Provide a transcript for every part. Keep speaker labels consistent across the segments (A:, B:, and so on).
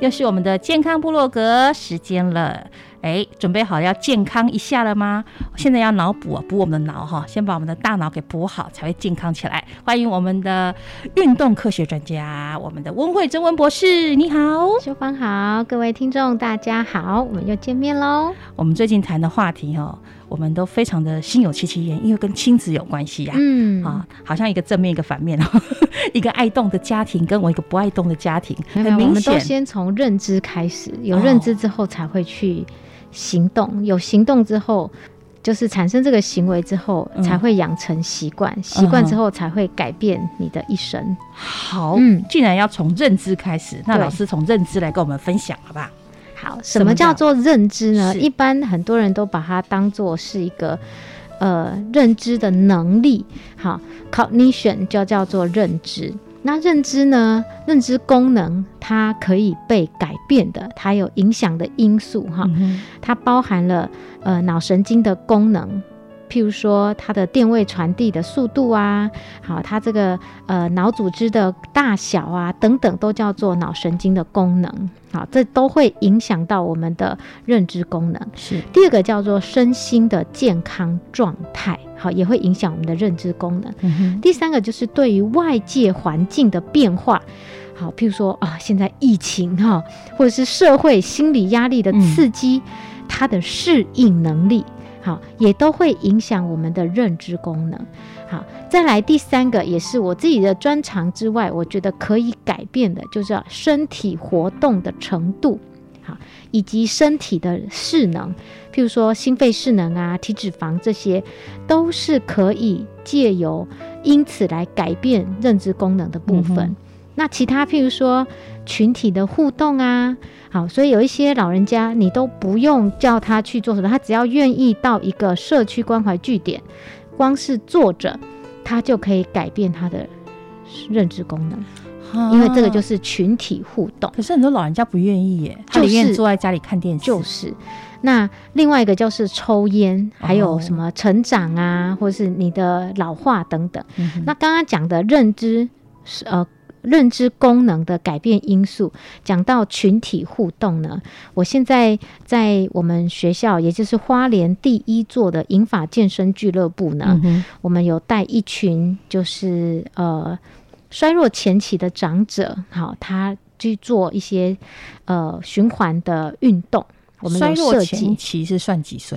A: 又是我们的健康部落格时间了，哎，准备好要健康一下了吗？现在要脑补啊，补我们的脑哈，先把我们的大脑给补好，才会健康起来。欢迎我们的运动科学专家，我们的温慧珍温博士，你好。
B: 秀芳好，各位听众大家好，我们又见面喽。
A: 我们最近谈的话题哦，我们都非常的心有戚戚焉，因为跟亲子有关系呀、
B: 嗯，
A: 啊，好像一个正面一个反面哦， 一个爱动的家庭跟我一个不爱动的家庭，
B: 没有
A: 很
B: 没有
A: 明
B: 我们都
A: 显。
B: 先从认知开始，有认知之后才会去行动，有行动之后。就是产生这个行为之后，
A: 嗯
B: 才会养成习惯，习惯之后才会改变你的一生。
A: 好，
B: 嗯
A: 既然要从认知开始，那
B: 对
A: 老师从认知来跟我们分享，好不好？
B: 好，
A: 什
B: 什
A: 么
B: 么
A: 叫
B: 叫做认知呢？
A: 是
B: 一般很多人都把它当做是一个呃认知的能力，好，cognition 就叫做认知。那认知呢？认知功能它可以被改变的，它有影响的因素哈。
A: 嗯
B: 它包含了呃脑神经的功能，譬如说它的电位传递的速度啊，好，它这个呃脑组织的大小啊等等，都叫做脑神经的功能。好，这都会影响到我们的认知功能。
A: 是
B: 第二个叫做身心的健康状态，好，也会影响我们的认知功能。
A: 嗯哼，
B: 第三个就是对于外界环境的变化，好，譬如说啊，现在疫情哈、或者是社会心理压力的刺激，它的适应能力，好，也都会影响我们的认知功能。好，再来第三个，也是我自己的专长之外，我觉得可以改变的，就是要身体活动的程度。好，以及身体的势能，譬如说心肺势能啊、体脂肪这些，都是可以借由因此来改变认知功能的部分。
A: 嗯
B: 那其他譬如说群体的互动啊，好，所以有一些老人家你都不用叫他去做什么，他只要愿意到一个社区关怀据点，光是坐着，他就可以改变他的认知功能，因为这个就
A: 啊。
B: 是群体互动。
A: 可是很多老人家不愿意耶，他
B: 就
A: 宁愿
B: 是
A: 坐在家里看电视。
B: 就是。那另外一个就是抽烟，还有什么成长啊，或是你的老化等等。
A: 嗯哼
B: 那刚刚讲的认知是呃认知功能的改变因素，讲到群体互动呢，我现在在我们学校，也就是花莲第一座的银发健身俱乐部呢，
A: 嗯哼，
B: 我们有带一群就是呃衰弱前期的长者，好，他去做一些呃循环的运动。我们
A: 衰
B: 有
A: 弱
B: 设
A: 前
B: 计，
A: 期是算几岁？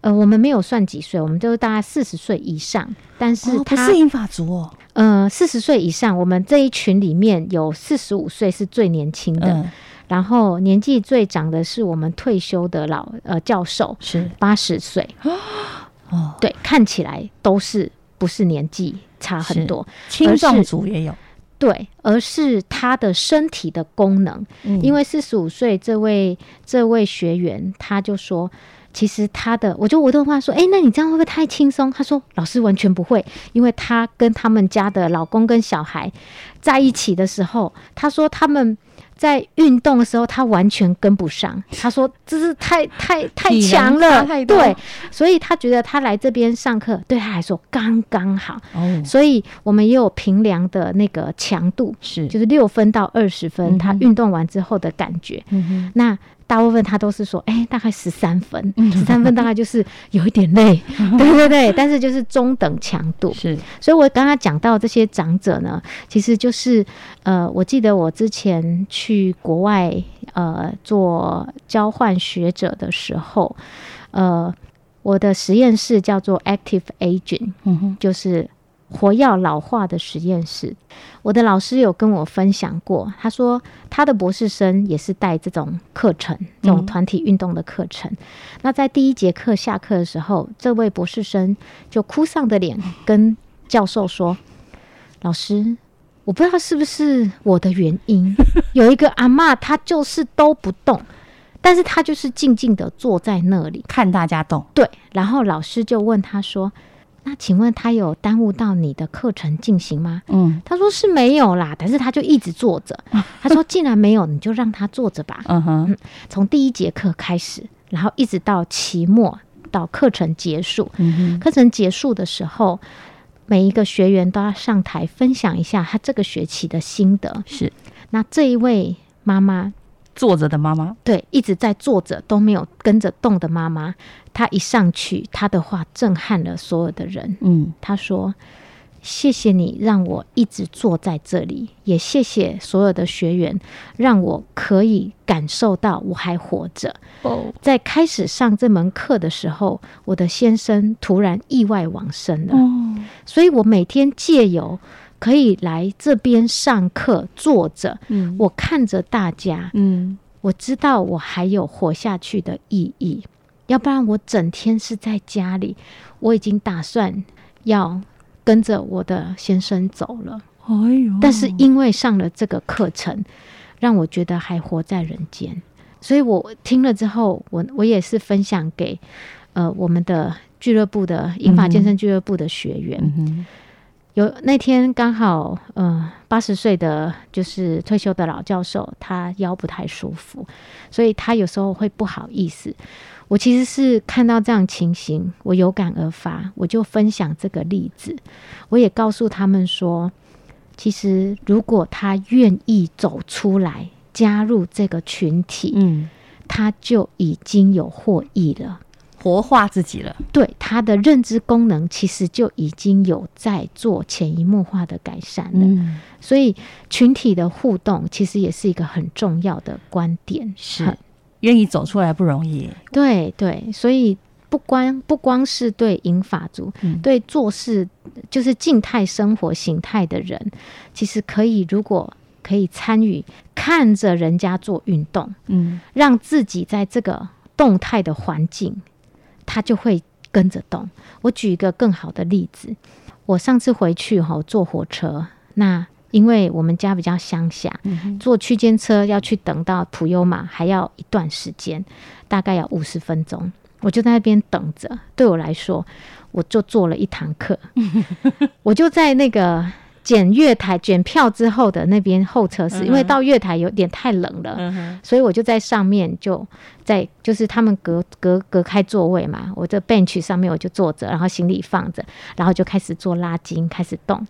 B: 呃，我们没有算几岁，我们都大概四十岁以上，但是
A: 哦不
B: 他、
A: 是银发族哦。
B: 呃四十岁以上，我们这一群里面有四十五岁是最年轻的，
A: 嗯，
B: 然后年纪最长的是我们退休的老呃教授，
A: 是
B: 八十岁，
A: 哦，
B: 对，看起来都是不是年纪差
A: 是
B: 很多，
A: 轻重族也有，
B: 对，而是他的身体的功能。因
A: 为
B: 为四十五岁这位这位学员，他就说，其实他的，我就我问他说，哎诶，那你这样会不会太轻松？他说，老师完全不会，因为他跟他们家的老公跟小孩在一起的时候，他说他们。在运动的时候他完全跟 不上。他说这是太太太
A: 体能
B: 强
A: 差
B: 了，
A: 太多
B: 对，所以他觉得他来这边上课对他来说刚刚好。
A: 哦，
B: 所以我们也有评量的那个强度，
A: 是，
B: 就是六分到二十
A: 嗯哼
B: 分，他运动完之后的感觉。
A: 嗯哼，
B: 那大部分他都是说，哎、大概十三分，
A: 嗯
B: 十三分大概就是有一 点累，对对对，但是就是中等强度。
A: 是，
B: 所以我刚刚讲到这些长者呢，其实就是呃，我记得我之前去国外呃做交换学者的时候，呃，我的实验室叫做 Active Aging，
A: 嗯哼，
B: 就是活药老化的实验室。我的老师有跟我分享过，他说他的博士生也是带这种课程，这种团体运动的课程。那在第一节课下课的时候，这位博士生就哭丧着脸跟教授说：“老师。”我不知道是不是我的原因，有一个阿嬷她就是都不动，但是她就是静静的坐在那里。
A: 看大家动，
B: 对，然后老师就问他说：“那请问他有耽误到你的课程进行吗
A: 嗯？”
B: 他说是没有啦，但是他就一直坐着。 他说：“既然没有，你就让他坐着吧。
A: 嗯哼，
B: 从第一节课开始，然后一直到期末，到课程结束。
A: 嗯哼，
B: 课程结束的时候，每一个学员都要上台分享一下他这个学期的心得。
A: 是
B: 那这一位妈妈
A: 坐着的妈妈，
B: 对，一直在坐着都没有跟着动的妈妈，她一上去，她的话震撼了所有的人。
A: 嗯，
B: 她说：“谢谢你让我一直坐在这里，也谢谢所有的学员，让我可以感受到我还活着。
A: 哦，
B: 在开始上这门课的时候，我的先生突然意外往生了，
A: 哦，
B: 所以我每天借由可以来这边上课坐着，
A: 嗯，
B: 我看着大家，
A: 嗯，
B: 我知道我还有活下去的意义，要不然我整天是在家里，我已经打算要跟着我的先生走了。
A: 哎呦，
B: 但是因为上了这个课程，让我觉得还活在人间，所以我听了之后，我我也是分享给呃我们的俱乐部的英法健身俱乐部的学员，
A: 嗯哼，
B: 有那天刚好，嗯，八十岁的就是退休的老教授，他腰不太舒服，所以他有时候会不好意思。我其实是看到这样情形，我有感而发，我就分享这个例子。我也告诉他们说，其实如果他愿意走出来，加入这个群体，
A: 嗯，
B: 他就已经有获益了。
A: 活化自己了，
B: 对他的认知功能，其实就已经有在做潜移默化的改善了。
A: 嗯，
B: 所以群体的互动其实也是一个很重要的观点。
A: 是
B: 好
A: 愿意走出来不容易，
B: 对对，所以不光不光是对银发族，
A: 嗯
B: 对做事就是静态生活形态的人，其实可以如果可以参与看着人家做运动，
A: 嗯，
B: 让自己在这个动态的环境，他就会跟着动。我举一个更好的例子，我上次回去哈、坐火车，那因为我们家比较乡下，坐区间车要去等到普悠玛还要一段时间，大概要五十分钟。我就在那边等着，对我来说，我就做了一堂课，我就在那个检月台检票之后的那边候车室，因为到月台有点太冷了，
C: 嗯哼，
B: 所以我就在上面就在就是他们隔隔隔开座位嘛，我这 bench 上面我就坐着，然后行李放着，然后就开始做拉筋，开始动。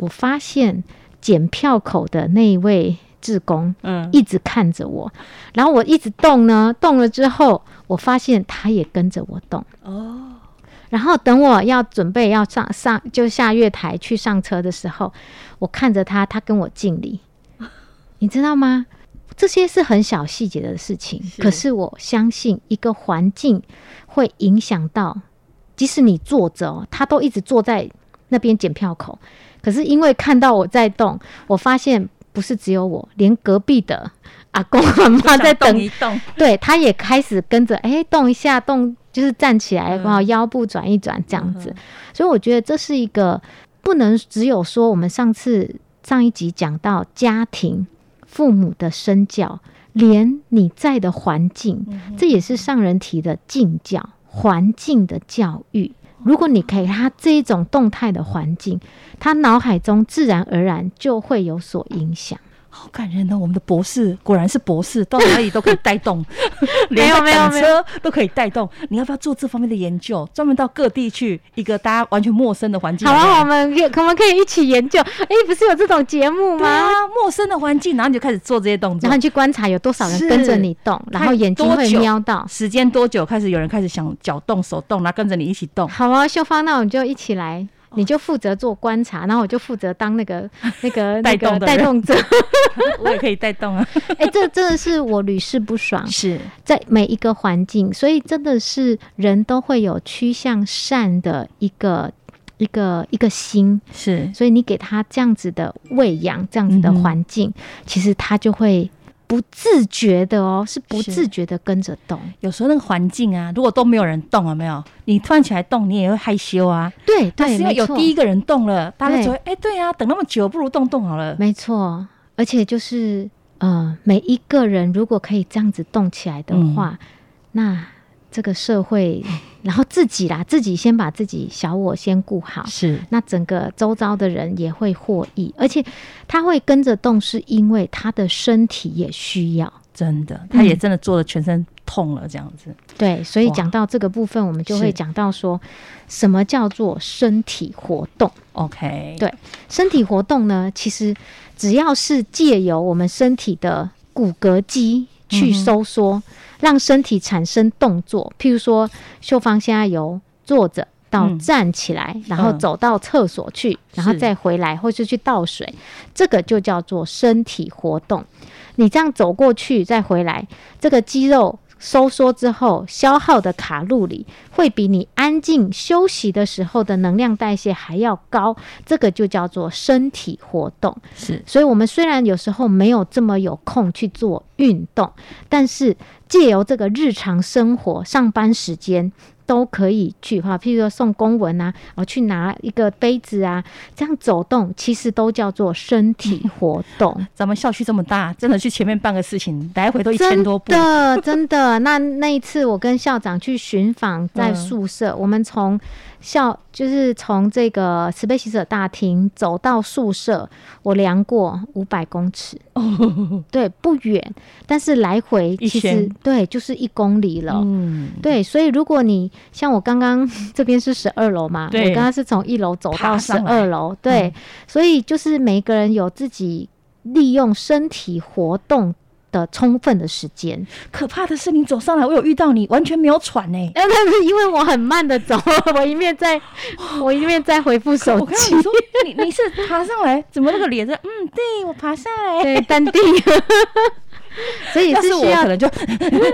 B: 我发现检票口的那一位志工
C: 嗯，
B: 一直看着我，然后我一直动呢，动了之后，我发现他也跟着我动。
C: 哦，
B: 然后等我要准备要上上就下月台去上车的时候，我看着他，他跟我敬 礼，你知道吗？这些是很小细节的事情，
C: 是
B: 可是我相信一个环境会影响到，即使你坐着哦，他都一直坐在那边检票口，可是因为看到我在动，我发现不是只有我，连隔壁的阿公阿妈在等
C: 一动，
B: 对，他也开始跟着，哎、动一下，动就是站起来，
C: 嗯
B: 然后腰部转一转这样子。所以我觉得这是一个不能只有说我们上次上一集讲到家庭、父母的身教，连你在的环境，这也是上人提的境教，环境的教育。如果你给他这一种动态的环境，他脑海中自然而然就会有所影响。
A: 好感人哦！我们的博士果然是博士，到哪里都可以带动，
D: 没
A: 连
D: 有没有
A: 赶
D: 没
A: 车都可以带动。你要不要做这方面的研究？专门到各地去，一个大家完全陌生的环境
B: 好
A: 里面。
B: 啊，我们也我们可以一起研究。哎，不是有这种节目
A: 对
B: 吗？
A: 啊，陌生的环境，然后你就开始做这些动作，
B: 然后你去观察有多少人跟着你动，然后眼睛
A: 多
B: 会
A: 久
B: 瞄到。
A: 时间多久开始有人开始想脚动、手动，然后跟着你一起 动。
B: 好啊，秀芳，那我们就一起来，你就负责做观察，然后我就负责当那 个那个
A: 带
B: 那
A: 动
B: 个
A: 的
B: 带
A: 人
B: 动者。
A: 我也可以带动啊，
B: 哎，这真的是我屡试不爽，
A: 是
B: 在每一个环境，所以真的是人都会有趋向善的一个一个一个心，
A: 是，
B: 所以你给他这样子的喂养，这样子的
A: 嗯哼
B: 环境，其实他就会。不自觉的哦，是不
A: 是
B: 自觉的跟着动。
A: 有时候那个环境啊，如果都没有人动，有没有？你突然起来动，你也会害羞啊。
B: 对
A: 但
B: 对，
A: 是因为
B: 没
A: 有
B: 错
A: 第一个人动了，大家就
B: 对
A: 觉得，哎、对啊，等那么久，不如动动好了。
B: 没错，而且就是呃，每一个人如果可以这样子动起来的话，
A: 嗯
B: 那这个社会，然后自己啦， 自己先把自己小我先顾好。
A: 是，
B: 那整个周遭的人也会获益，而且他会跟着动，是因为他的身体也需要。
A: 真的，他
B: 嗯
A: 也真的做的全身痛了，这样子。
B: 对，所以
A: 哇
B: 讲到这个部分，我们就是会讲到说，什么叫做身体活动？
A: OK，
B: 对身体活动呢，其实只要是借由我们身体的骨骼肌
A: 嗯
B: 去收缩，让身体产生动作，譬如说秀芳现在由坐着。到
A: 嗯
B: 站起来，然后
A: 嗯
B: 走到厕所去，然后
A: 是
B: 再回来，或是去倒水，这个就叫做身体活动。你这样走过去再回来，这个肌肉收缩之后消耗的卡路里，会比你安静休息的时候的能量代谢还要高，这个就叫做身体活动。
A: 是
B: 所以，我们虽然有时候没有这么有空去做运动，但是借由这个日常生活、上班时间。都可以去哈，譬如说送公文啊，哦，去拿一个杯子啊，这样走动其实都叫做身体活动。
A: 咱们校区这么大，真的去前面办个事情，来回都一千
B: 真
A: 多步。
B: 的，真的。那那一次我跟校长去巡访，在
A: 嗯
B: 宿舍，我们从校就是从这个慈悲喜舍大厅走到宿舍，我量过五百公尺，对，不远，但是来回
A: 哦一
B: 其实
A: 圈
B: 对就是一公里了。
A: 嗯，
B: 对，所以如果你像我刚刚 这边是十二楼嘛，我
A: 对
B: 刚刚是从一楼走
A: 爬
B: 到十
A: 上来
B: 二楼，对，
A: 嗯
B: 所以就是每个人有自己利用身体活动的充分的时间，
A: 可怕的是你走上来，我有遇到你，完全没有喘呢、
B: 但是因为我很慢的走， 我一面 在，我一面在回复手
A: 我看
B: 机
A: 到你，说 你你是爬上来，怎么那个脸在？嗯，对我爬上来。
B: 对，淡定， 所以
A: 要
B: 是
A: 是
B: 需
A: 我
B: 要
A: 可能就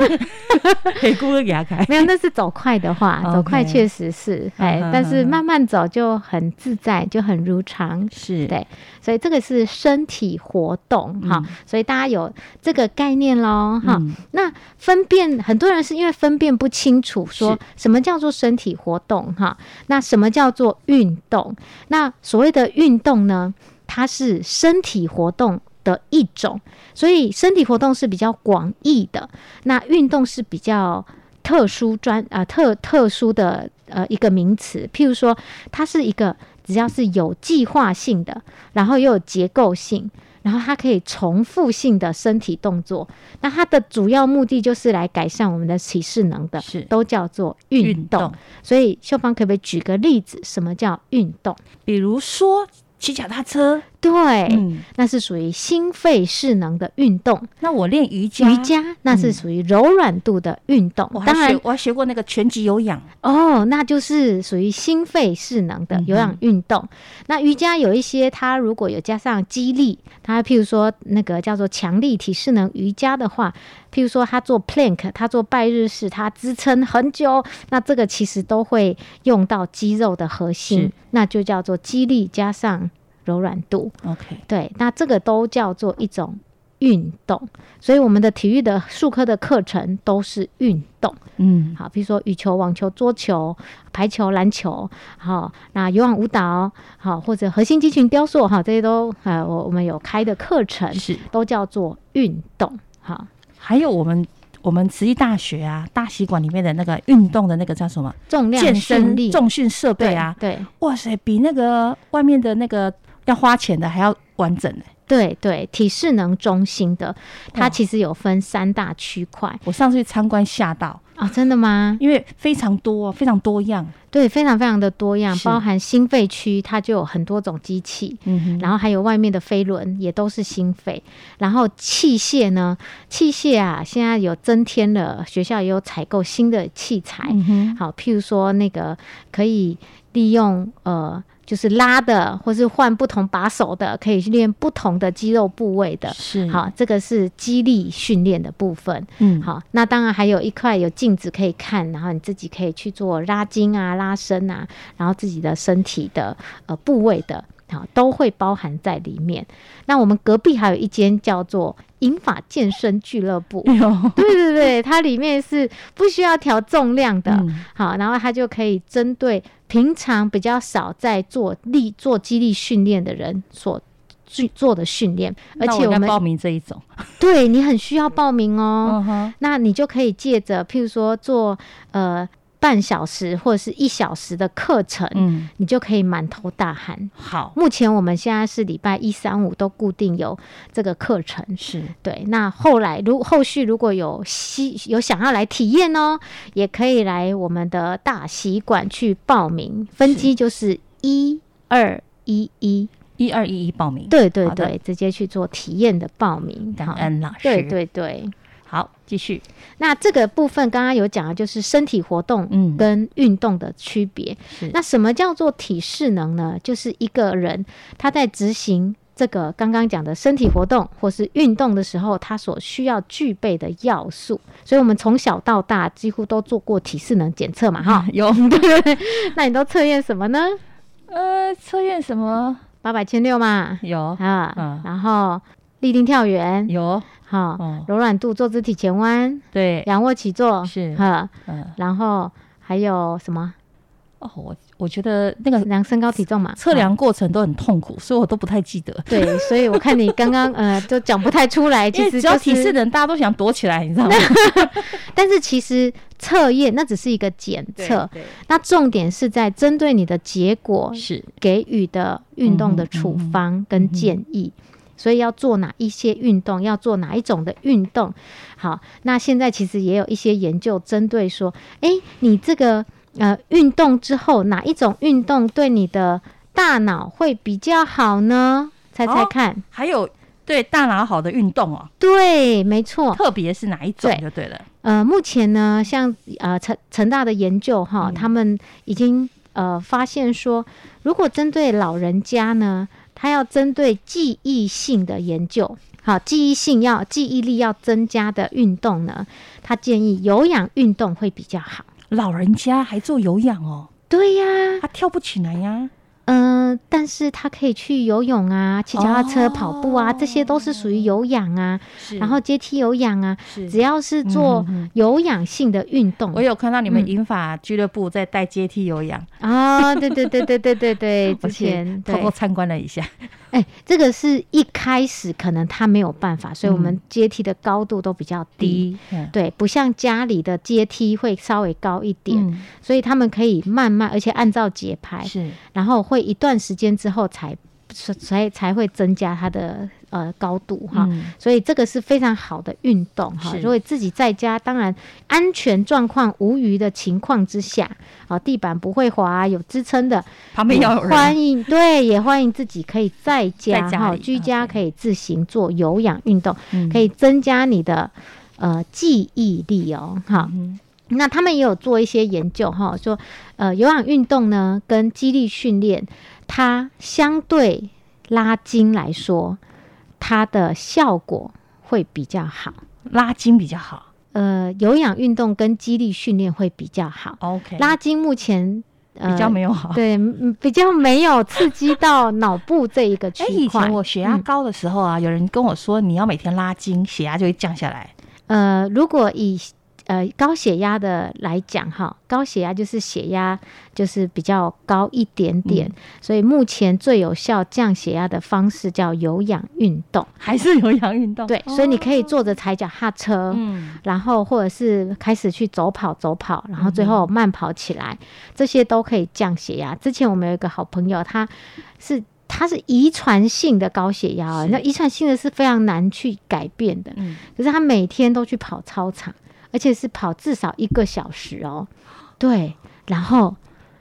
A: 黑咕噜给他开。
B: 没有，那是走快的话，走快
A: OK
B: 确实是，哎
A: 嗯哼，
B: 但是
A: 嗯哼
B: 慢慢走就很自在，就很如常。
A: 是
B: 对所以这个是身体活动哈、
A: 嗯
B: 所以大家有这个概念喽哈、
A: 嗯
B: 那分辨很多人是因为分辨不清楚，说什么叫做身体活动哈，那什么叫做运动？那所谓的运动呢，它是身体活动。的一种，所以身体活动是比较广义的，那运动是比较特殊专啊、特特殊的呃一个名词，譬如说它是一个只要是有计划性的，然后又有结构性，然后它可以重复性的身体动作，那它的主要目的就是来改善我们的体适能的，
A: 是
B: 都叫做运动。
A: 运动，
B: 所以秀芳可不可以举个例子，什么叫运动？
A: 比如说骑脚踏车。
B: 对，
A: 嗯，
B: 那是属于心肺势能的运动，
A: 那我练瑜伽，嗯
B: 瑜伽那是属于柔软度的运动。
A: 我还
B: 当然
A: 学，我还学过那个拳击有氧，
B: 哦，那就是属于心肺势能的
A: 嗯哼
B: 有氧运动。那瑜伽有一些，它如果有加上肌力，它譬如说那个叫做强力体适能瑜伽的话，譬如说它做 plank，它做拜日式，它支撑很久，那这个其实都会用到肌肉的
A: 是
B: 核心，那就叫做肌力加上柔软度。
A: OK，
B: 对，那这个都叫做一种运动。所以我们的体育的术科的课程都是运动。
A: 嗯，
B: 好，比如说羽球、网球、桌球、排球、篮球，好，那有氧舞蹈，好，或者核心肌群雕塑，哈，这些都呃，我我们有开的课程，
A: 是。
B: 都叫做运动，哈，
A: 还有我们我们慈济大学啊，大习馆里面的那个运动的那个叫什么
B: 重量
A: 健
B: 训
A: 身
B: 练，
A: 重训设备啊，
B: 对，
A: 哇塞，比那个外面的那个要花钱的还要完整呢、
B: 对对，体适能中心的，它
A: 哇
B: 其实有分三大区块
A: 我上次去参观吓到，
B: 啊、真的吗？
A: 因为非常多，非常多样。
B: 对，非常非常的多样，
A: 是
B: 包含心肺区，它就有很多种机器。
A: 嗯哼，
B: 然后还有外面的飞轮也都是心肺，然后器械呢？器械啊，现在有增添了，学校也有采购新的器材，
A: 嗯哼，
B: 好，譬如说那个可以利用呃，就是拉的，或是换不同把手的，可以练不同的肌肉部位的。
A: 是，
B: 好，这个是肌力训练的部分。
A: 嗯，
B: 好，那当然还有一块有镜子可以看，然后你自己可以去做拉筋啊、拉伸啊，然后自己的身体的呃部位的，好都会包含在里面。那我们隔壁还有一间叫做银发健身俱乐部，
A: 哎呦，
B: 对对对，它里面是不需要调重量的，
A: 嗯
B: 好，然后它就可以针对平常比较少在做力做肌力训练的人所。去做的训练，而
A: 那
B: 且
A: 我
B: 我
A: 应该
B: 们
A: 报名这一种，
B: 对你很需要报名哦。
A: 嗯哼，
B: 那你就可以借着，譬如说做呃半小时或者是一小时的课程，
A: 嗯，
B: 你就可以满头大汗。
A: 好，
B: 目前我们现在是礼拜一、三、五都固定有这个课程，
A: 是，
B: 对。那后来如后续如果有西有想要来体验哦，也可以来我们的大习馆去报名，分机就是一二一一，
A: 一二一一报名，，
B: 对对
A: 好的嗯
B: 对，直接去做体验的报名。
A: 感
B: 好
A: 恩老师，
B: 对，对对。
A: 好，继续，
B: 那这个部分刚刚有讲的就是身体活动
A: 嗯，
B: 跟运动的区别。
A: 是。
B: 那什么叫做体适能呢？就是一个人他在执行这个刚刚讲的身体活动或是运动的时候，他所需要具备的要素。所以我们从小到大几乎都做过体适能检测嘛，哈
A: 有，
B: 那你都测验什么呢？
A: 呃，测验什么
B: 八百千六嘛，
A: 有
B: 啊，
A: 嗯
B: 然后立定跳远，
A: 有，
B: 哈、
A: 哦，
B: 柔软度、坐姿、体前弯、
A: 对，
B: 仰卧起坐，
A: 是
B: 哈，
A: 嗯，
B: 然后还有什么？
A: 哦，我我觉得那个
B: 量身高体重嘛，
A: 呃测
B: 啊。
A: 量过程都很痛苦，所以我都不太记得，
B: 对，所以我看你刚 刚呃就讲不太出来，
A: 因
B: 其
A: 为
B: 实
A: 只
B: 就
A: 要提示
B: 是，
A: 的人，大家都想躲起来，你知道吗？
B: 但是其实测验那只是一个检 测，
C: 对，
B: 那重点是在针对你的结果
A: 是，
B: 给予的运动的处方跟建议。
A: 嗯
B: 所以要做哪一些运动，要做哪一种的运动？好，那现在其实也有一些研究针对说，诶，你这个呃运动之后哪一种运动对你的大脑会比较好呢？猜猜
A: 哦
B: 看，
A: 还有对大脑好的运动哦，
B: 对，没错。
A: 特别是哪一种
B: 对
A: 就对了，
B: 呃，目前呢，像呃成成大的研究哈，
A: 嗯
B: 他们已经呃发现说，如果针对老人家呢，他要针对记忆性的研究，好，记忆性要记忆力要增加的运动呢，他建议有氧运动会比较好。
A: 老人家还做有氧哦，
B: 对呀、
A: 他跳不起来呀，
B: 嗯、但是他可以去游泳啊，骑脚踏车、
A: 哦
B: 跑步啊，这些都是属于有氧啊，
A: 是
B: 然后阶梯有氧啊，
A: 嗯是
B: 只要是做
A: 嗯嗯嗯
B: 有氧性的运动，
A: 我有看到你们
B: 嗯
A: 银发俱乐部在带阶梯有氧，
B: 啊、对对对对对 对对，
A: 我
B: 之
A: 去
B: 前
A: 偷
B: 对
A: 偷，参观了一下。
B: 哎，这个是一开始可能他没有办法，所以我们阶梯的高度都比较低，
A: 低，嗯，
B: 对，不像家里的阶梯会稍微高一点，
A: 嗯
B: 所以他们可以慢慢，而且按照节拍，
A: 是
B: 然后会一段时间之后才才才会增加它的呃高度哈。
A: 嗯
B: 所以这个是非常好的运动哈。
A: 是
B: 如果自己在家，当然安全状况无虞的情况之下，啊，地板不会滑，有支撑的，
A: 旁边要有人，
B: 嗯欢迎对，也欢迎自己可以在家
A: 在家
B: 哈，
A: 里
B: 居家
A: OK
B: 可以自行做有氧运动，
A: 嗯
B: 可以增加你的呃记忆力哦，哈。
A: 嗯
B: 那他们也有做一些研究哈，说呃有氧运动呢跟肌力训练，它相对拉筋来说，它的效果会比较好。
A: 拉筋比较好。
B: 呃，有氧运动跟肌力训练会比较好。
A: OK，
B: 拉筋目前呃
A: 比较没有好。
B: 对，嗯比较没有刺激到脑部这一个区
A: 哎，以
B: 块。嗯
A: 前我血压高的时候啊，有人跟我说你要每天拉筋，血压就会降下来。
B: 呃，如果以呃高血压的来讲哈，高血压就是血压就是比较高一点点，
A: 嗯
B: 所以目前最有效降血压的方式叫有氧运动。
A: 还是有氧运动？
B: 对，所以你可以
A: 哦
B: 坐着踩脚踏车。
A: 嗯，
B: 然后或者是开始去走跑走跑，然后最后慢跑起来，这些都可以降血压。之前我们有一个好朋友，他是它是遗传性的高血压啊，
A: 是
B: 那遗传性的是非常难去改变的。
A: 嗯，
B: 可是他每天都去跑操场，而且是跑至少一个小时哦。对，然后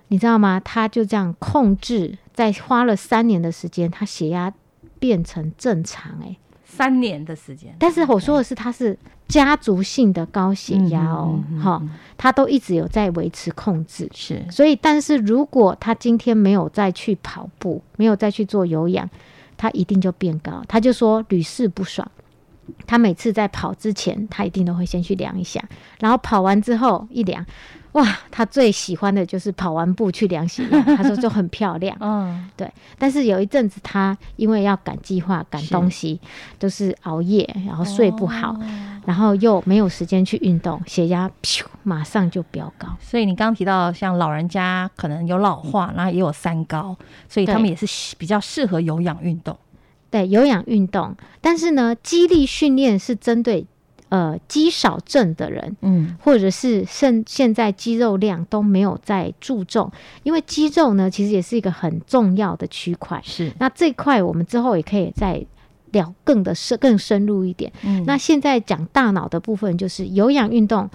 B: 你知道吗？他就这样控制，在花了三年的时间，他血压变成正常哎、
A: 三年的时间，
B: 但是我说的是，他是家族性的高血压哦，
A: 嗯嗯嗯嗯
B: 哈、
A: 嗯
B: 他都一直有在维持控制。
A: 是
B: 所以，但是如果他今天没有再去跑步，没有再去做有氧，他一定就变高。他就说屡试不爽。他每次在跑之前，他一定都会先去量一下，然后跑完之后一量，哇，他最喜欢的就是跑完步去量血 压，他说就很漂亮。
A: 嗯，
B: 但是有一阵子，他因为要赶计划、赶
A: 是
B: 东西，都是熬夜，然后睡不好，
A: 哦
B: 然后又没有时间去运动，血压咻马上就飙高。
A: 所以你刚刚提到，像老人家可能有老化，然后也有三高，所以他们
B: 对
A: 也是喜比较适合有氧运动。
B: 对，有氧运动，但是呢，肌力训练是针对呃肌少症的人，
A: 嗯，
B: 或者是甚现在肌肉量都没有在注重，因为肌肉呢其实也是一个很重要的区块。
A: 是。
B: 那这块我们之后也可以再聊更的深更深入一点。
A: 嗯
B: 那现在讲大脑的部分，就是有氧运动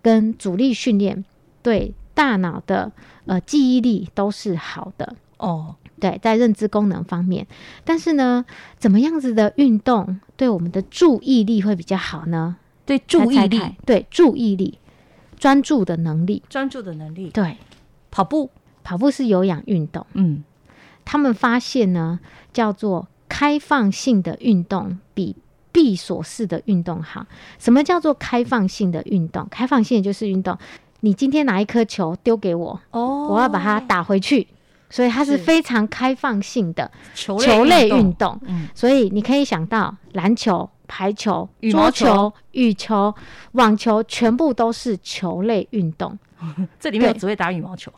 B: 跟阻力训练对大脑的呃记忆力都是好的。
A: 哦，
B: 对，在认知功能方面，但是呢，怎么样子的运动对我们的注意力会比较好呢？
A: 对注意
B: 猜猜
A: 力
B: 看、对注意力、专注的能力，
A: 专注的能力，
B: 对，
A: 跑步，
B: 跑步是有氧运动。
A: 嗯，
B: 他们发现呢，叫做开放性的运动比闭锁式的运动好。什么叫做开放性的运动？开放性就是运动，你今天拿一颗球丢给我，
A: 哦
B: 我要把它打回去，所以它是
A: 是
B: 非常开放性的
A: 球
B: 球类运
A: 动，
B: 动。
A: 嗯，
B: 所以你可以想到篮球、排球、
A: 羽毛
B: 桌
A: 球
B: 球、羽球、网球，全部都是球类运动。
A: 这里面有
B: 对
A: 只会打羽毛球，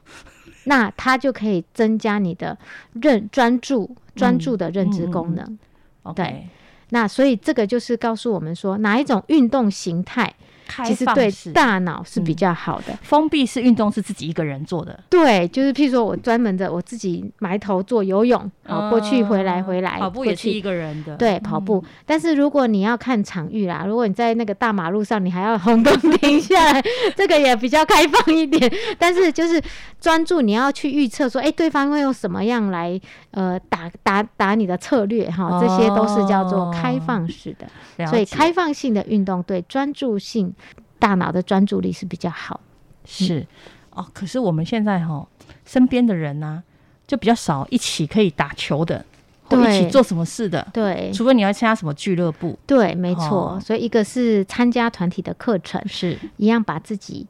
B: 那它就可以增加你的认专注、专注的认知功能。
A: OK，
B: 那所以这个就是告诉我们说，哪一种运动形态
A: 开
B: 其实
A: 放
B: 对
A: 式嗯
B: 大脑是比较好的。
A: 封闭式运动是自己一个人做的，
B: 对，就是譬如说我专门的我自己埋头做游泳，好哦过去
A: 嗯
B: 回来回来，
A: 跑步
B: 过
A: 也是
B: 去
A: 一个嗯人的，
B: 对，跑步。但是如果你要看场域啦，如果你在那个大马路上，你还要红灯停下来，这个也比较开放一点。 但是就是专注，你要去预测说，哎、对方会用什么样来呃打打打你的策略哈，这些都是叫
A: 哦
B: 做开放式的。
A: 了解，
B: 所以开放性的运动对专注性大脑的专注力是比较好。
A: 是哦，可是我们现在哈、身边的人呢、就比较少一起可以打球的，或一
B: 对
A: 起做什么事的，
B: 对
A: 除非你要参加什么俱乐部，
B: 对，没错。
A: 哦
B: 所以一个是参加团体的课程，
A: 是
B: 一样把自己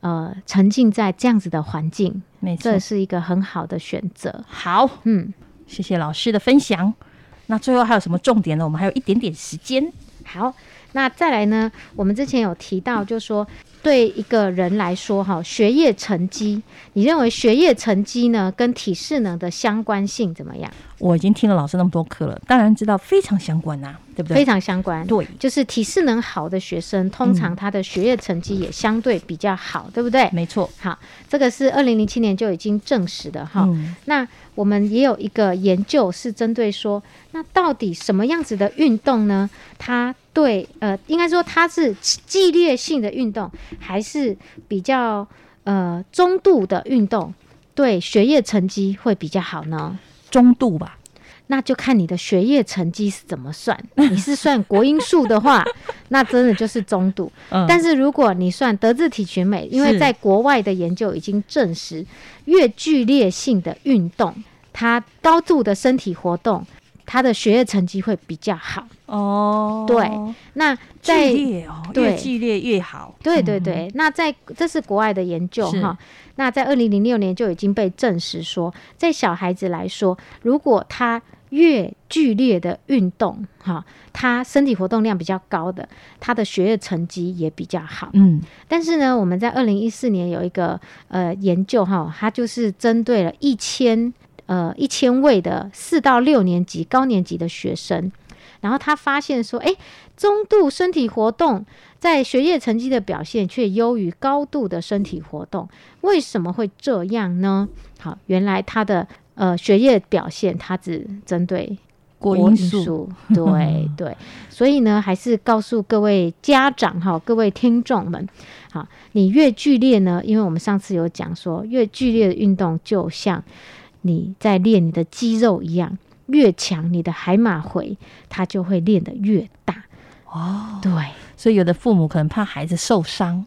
B: 呃沉浸在这样子的环境。
A: 没错
B: 这。是一个很好的选择。
A: 好，
B: 嗯，
A: 谢谢老师的分享。那最后还有什么重点呢？我们还有一点点时间，
B: 好，那再来呢？我们之前有提到，就说对一个人来说，哈，学业成绩，你认为学业成绩呢跟体适能的相关性怎么样？
A: 我已经听了老师那么多课了，当然知道非常相关呐、啊对不对？
B: 非常相关。
A: 对，
B: 就是体适能好的学生，通常他的学业成绩也相对比较好，对不对？
A: 嗯没错。
B: 好，这个是二零零七年就已经证实的哈。
A: 嗯，
B: 那我们也有一个研究是针对说，那到底什么样子的运动呢？它对呃，应该说它是激烈性的运动，还是比较呃中度的运动，对学业成绩会比较好呢？
A: 中度吧，
B: 那就看你的学业成绩是怎么算。 你是算国英数的 话，那真的就是中度。
A: 嗯，
B: 但
A: 是
B: 是如果你算德智体群美，因为
A: 是
B: 在国外的研究已经证实，越剧烈性的运动，它高度的身体活动，它的学业成绩会比较好。
A: 哦，
B: 对那在
A: 剧烈哦，越
B: 对
A: 剧烈越好，
B: 对对对，那在这是国外的研究
A: 是
B: 哈。那在二零零六年就已经被证实说，在小孩子来说，如果他越剧烈的运动哈，他身体活动量比较高的，他的学业成绩也比较好。
A: 嗯，
B: 但是呢，我们在二零一四年有一个呃研究哈，它就是针对了一千呃一千位的四到六年级高年级的学生，然后他发现说，诶，中度身体活动在学业成绩的表现却优于高度的身体活动，为什么会这样呢？好，原来他的呃学业表现，它只针对
A: 国嗯
B: 因
A: 因素，
B: 对对，所以呢，还是告诉各位家长哈，各位听众们，好，你越剧烈呢，因为我们上次有讲说，越剧烈的运动就像你在练你的肌肉一样，越强，你的海马回它就会练得越大。
A: 哦，
B: 对，
A: 所以有的父母可能怕孩子受伤，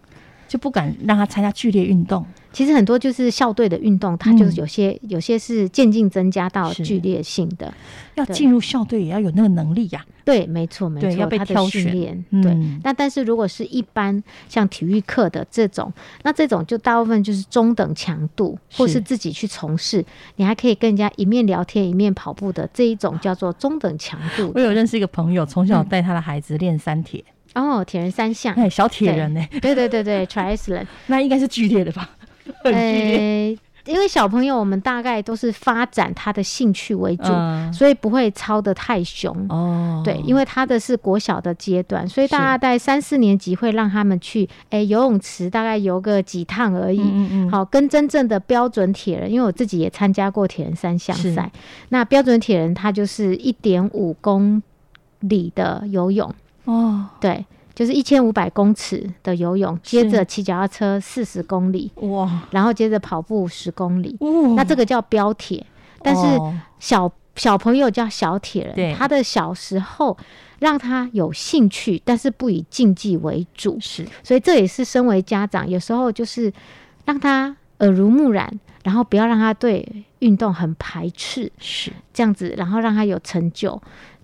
A: 就不敢让他参加剧烈运动。
B: 其实很多就是校队的运动，它就是
A: 嗯
B: 有些、有些是渐进增加到
A: 是
B: 剧烈性的。
A: 要
B: 对
A: 进入校队也要有那个能力呀、
B: 对，没错，没
A: 对
B: 错，
A: 要被
B: 它的
A: 挑
B: 训
A: 选
B: 练，对。
A: 嗯，
B: 那但是如果是一般像体育课的这种，那这种就大部分就是中等强度，或
A: 是
B: 是自己去从事，你还可以跟人家一面聊天一面跑步的这一种叫做中等强度
A: 我
B: 的。
A: 有认识一个朋友，从小带他的孩子练三铁，
B: 哦，铁人 三项，
A: 哎，小铁人呢、
B: 对对对对，triathlon，
A: 那应该是剧烈的吧？ 很剧烈。
B: 呃，因为小朋友我们大概都是发展他的兴趣为主，
A: 嗯
B: 所以不会操得太凶。
A: 哦，
B: 对，因
A: 为
B: 为他的是国小的阶段，所以大
A: 是
B: 家在三四年级会让他们去，诶游泳池大概游个几趟而已。
A: 嗯嗯嗯，
B: 好，跟真正的标准铁人，因为我自己也参加过铁人三项
A: 是
B: 赛。那标准铁人他就是一点五公里的游泳，
A: 哦，
B: 对，就是一千五百公尺的游泳，接
A: 是
B: 着骑脚踏车四十公里，
A: 哇，
B: 然后接着跑步十公里。
A: 哦
B: 那这个叫标铁，但是
A: 哦
B: 小小朋友叫小铁
A: 对
B: 人，他的小时候让他有兴趣，但是不以竞技为主，
A: 是
B: 所以这也是身为家长，有时候就是让他耳濡目染，然后不要让他对运动很排斥，
A: 是
B: 这样子，然后让他有成就。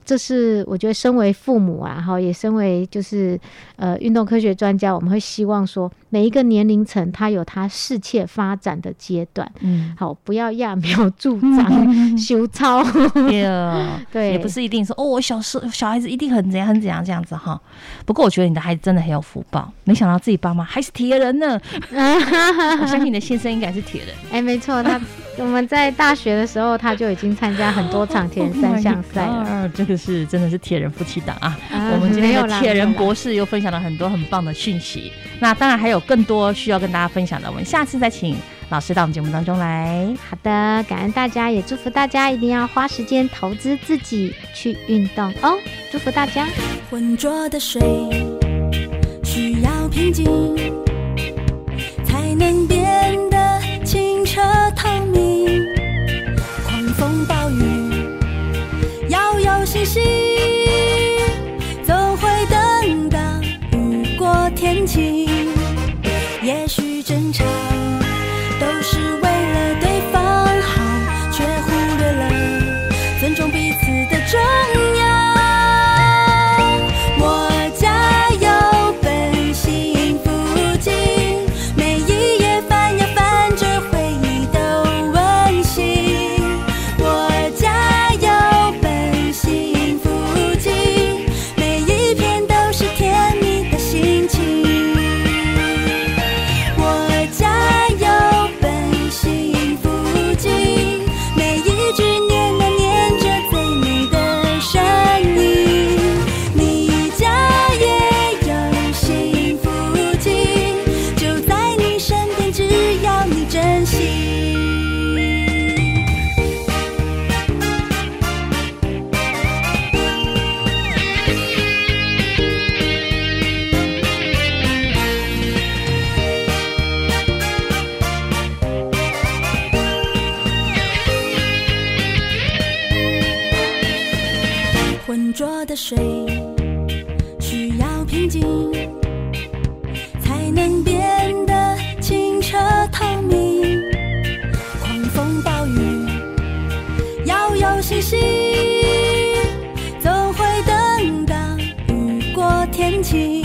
B: 这是我觉得身为父母啊，哈，也身为就是呃运动科学专家，我们会希望说每一个年龄层他有他适切发展的阶段，，
A: 嗯
B: 好，不要揠苗助长，修 操。
A: 对哦
B: 对，
A: 也不是一定说哦，我小时候小孩子一定很怎样很怎样这样子哈。不过我觉得你的孩子真的很有福报，没想到自己爸妈还是铁人 呢。我相信你的先生应该是铁人。
B: 哎，没错，他我们在大学的时候他就已经参加很多场田三项 赛
A: Oh
B: 了。
A: my god，这个是真的是铁人夫妻档啊！
B: 啊
A: 我们今
B: 没
A: 天
B: 有
A: 的
B: 啦
A: 铁人
B: 没有啦
A: 博士又分享了很多很棒的讯息，那当然还有更多需要跟大家分享的，我们下次再请老师到我们节目当中来。
B: 好的，感恩大家，也祝福大家一定要花时间投资自己去运动哦，祝福大家。
E: 浑浊的水需要平静，才能变得清澈透明。狂风暴雨要有信心，总会等到雨过天晴。也许争吵都是为了对方好，却忽略了尊重彼此的重要。我家有本幸福经，每一页翻呀翻着回忆的温馨。我家有本幸福经，每一篇都是甜蜜的心情。我家有本幸福经，每一句念啊念着最美的声音。你家也有幸福经，就在你身边，只要你珍惜。浑浊的水需要平静，才能变得清澈透明。狂风暴雨要有信心，总会等到雨过天晴。